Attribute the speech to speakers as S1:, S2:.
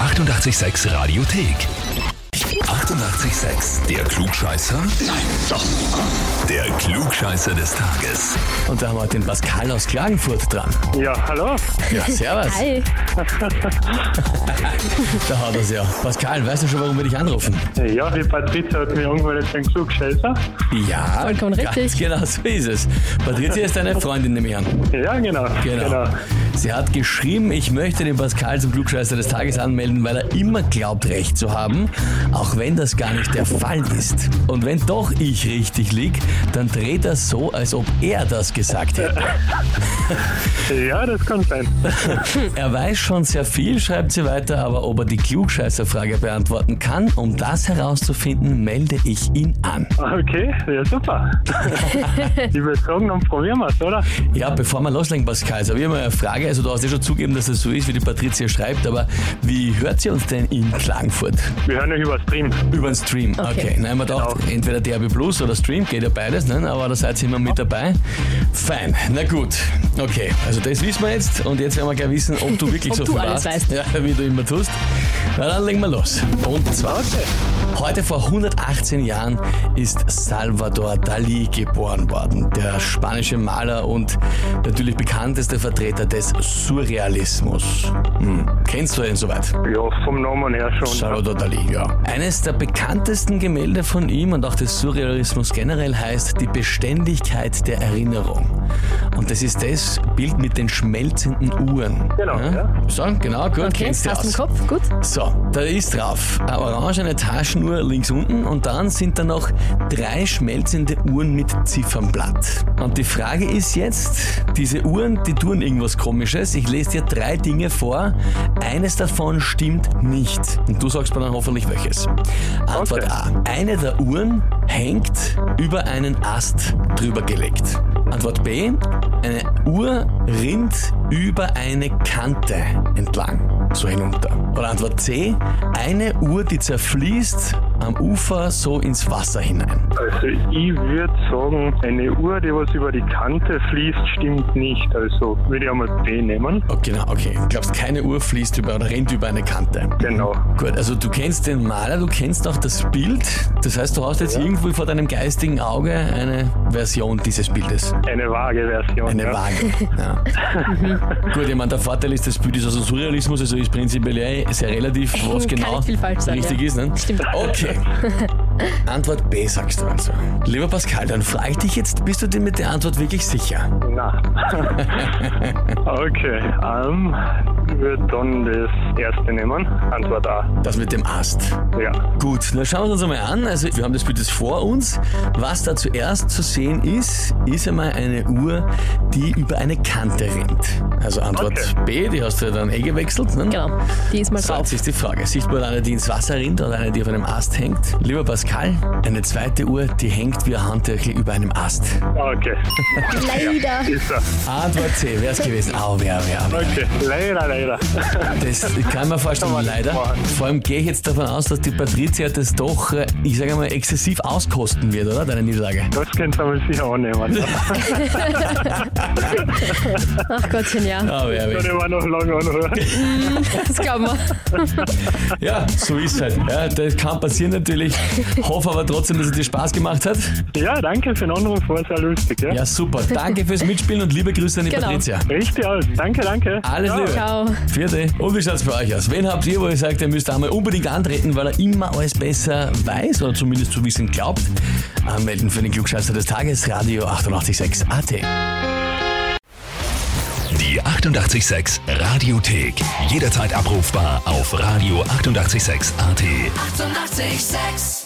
S1: 886 Radiothek. 88,6. Der Klugscheißer? Nein, doch. Der Klugscheißer des Tages.
S2: Und da haben wir heute den Pascal aus Klagenfurt dran.
S3: Ja, hallo?
S2: Ja, servus.
S4: Hi.
S2: Da hat er's ja. Pascal, weißt du schon, warum wir dich anrufen?
S3: Ja, die Patrizia hat mich irgendwann jetzt einen Klugscheißer.
S2: Ja,
S4: Vollkommen
S2: ganz
S4: richtig.
S2: Genau so ist es. Patricia ist deine Freundin, nehme ich an.
S3: Ja, genau.
S2: Genau. Sie hat geschrieben, ich möchte den Pascal zum Klugscheißer des Tages anmelden, weil er immer glaubt, Recht zu haben, auch wenn das gar nicht der Fall ist. Und wenn doch ich richtig lieg, dann dreht er so, als ob er das gesagt hätte.
S3: Ja, das kann sein.
S2: Er weiß schon sehr viel, schreibt sie weiter, aber ob er die Klugscheißerfrage beantworten kann, um das herauszufinden, melde ich ihn an.
S3: Ah, Okay, ja, super. ich würde sagen, dann probieren wir es, oder?
S2: Ja, bevor wir loslegen, Pascal, also wir haben eine Frage. Also du hast ja schon zugeben, dass es das so ist, wie die Patricia schreibt, aber wie hört sie uns denn in Klagenfurt?
S3: Wir hören euch über Stream.
S2: Über den Stream. Okay.
S4: Okay.
S2: Nein, man dachte, entweder DRB Plus oder Stream, geht ja beides, ne? aber da seid ihr immer mit dabei. Fein, na gut. Okay, also das wissen wir jetzt und jetzt werden wir gleich wissen, ob du wirklich
S4: Ob
S2: so
S4: du
S2: viel
S4: alles
S2: weißt, Ja, wie du immer tust. Na dann legen wir los. Und zwar, heute vor 118 Jahren ist Salvador Dali geboren worden, der spanische Maler und natürlich bekannteste Vertreter des Surrealismus. Hm. Kennst du ihn soweit?
S3: Ja, vom Namen her schon.
S2: Salvador Dali, ja. Eines der bekanntesten Gemälde von ihm und auch des Surrealismus generell heißt die Beständigkeit der Erinnerung. Und das ist das Bild mit den schmelzenden Uhren.
S3: Genau, ja.
S2: So, genau, gut,
S4: Okay,
S2: kennst du
S4: hast du im
S2: aus.
S4: Kopf? Gut.
S2: So, da ist drauf eine orangene Taschenuhr links unten und dann sind da noch drei schmelzende Uhren mit Ziffernblatt. Und die Frage ist jetzt, diese Uhren, die tun irgendwas komisches. Ich lese dir drei Dinge vor. Eines davon stimmt nicht. Und du sagst mir dann hoffentlich welches. Antwort
S3: Okay.
S2: A. Eine der Uhren hängt über einen Ast drüber gelegt. Antwort B. Eine Uhr rinnt über eine Kante entlang, so hinunter. Oder Antwort C. Eine Uhr, die zerfließt am Ufer so ins Wasser hinein.
S3: Also, ich würde sagen, eine Uhr, die was über die Kante fließt, stimmt nicht. Also, würde ich einmal B nehmen.
S2: Oh, genau, okay. Du glaubst, keine Uhr fließt über oder rennt über eine Kante.
S3: Genau.
S2: Gut, also du kennst den Maler, du kennst auch das Bild. Das heißt, du hast jetzt irgendwo vor deinem geistigen Auge eine Version dieses Bildes.
S3: Eine vage Version.
S2: Eine
S3: ja.
S2: Waage. Ja.
S4: Mhm.
S2: Gut, ich meine, der Vorteil ist, das Bild ist aus dem Surrealismus, also ist prinzipiell eh sehr relativ, was
S4: Kann
S2: genau
S4: nicht viel falsch sein,
S2: richtig
S4: ja.
S2: ist. Ne?
S4: Stimmt.
S2: Okay. Antwort B sagst du also. Lieber Pascal, dann frage ich dich jetzt, bist du dir mit der Antwort wirklich sicher?
S3: Na. okay, ähm, ich würde dann das erste nehmen. Antwort A.
S2: Das mit dem Ast.
S3: Ja.
S2: Gut, dann schauen wir uns einmal an. Also wir haben das Bild jetzt vor uns. Was da zuerst zu sehen ist, ist einmal eine Uhr, die über eine Kante rennt. Also Antwort B, die hast du ja dann eh gewechselt. Ne?
S4: Genau. Die ist mal
S2: So,
S4: drauf.
S2: jetzt ist die Frage, sieht man eine, die ins Wasser rinnt oder eine, die auf einem Ast hängt? Lieber Pascal, eine zweite Uhr, die hängt wie ein Handtüchel über einem Ast.
S3: Okay,
S4: Leider.
S3: ist er.
S2: Antwort C, wäre es gewesen. Au, wer, wer.
S3: Okay, leider, leider.
S2: Das kann man vorstellen,
S3: Kann man
S2: leider.
S3: machen.
S2: Vor allem gehe ich jetzt davon aus, dass die Patricia das doch, äh, ich sage mal, exzessiv auskosten wird, oder? Deine Niederlage.
S3: Das könnt ihr mal sicher annehmen. Das
S4: Ach Gottchen, ja.
S2: Au, wer, wer.
S3: kann ich mir noch lange anhören.
S4: Das glauben wir.
S2: Ja, so ist halt. Ja, das kann passieren natürlich. Hoffe aber trotzdem, dass es dir Spaß gemacht hat.
S3: Ja, danke für den Anruf, war sehr lustig. Ja?
S2: Ja, super. Danke fürs Mitspielen und liebe Grüße an die
S4: Genau.
S2: Patricia.
S3: Richtig aus. Danke, danke.
S2: Alles
S3: Ciao.
S2: Liebe.
S4: Ciao.
S2: Vierte. Und wie schaut's bei euch aus? Wen habt ihr, wo ihr sagt, ihr müsst einmal unbedingt antreten, weil er immer alles besser weiß oder zumindest zu wissen glaubt? Anmelden für den Klugscheißer des Tages, Radio 886 AT.
S1: Die 88,6 Radiothek. Jederzeit abrufbar auf radio886.at. 88,6.
S5: Eighty-eight, sex.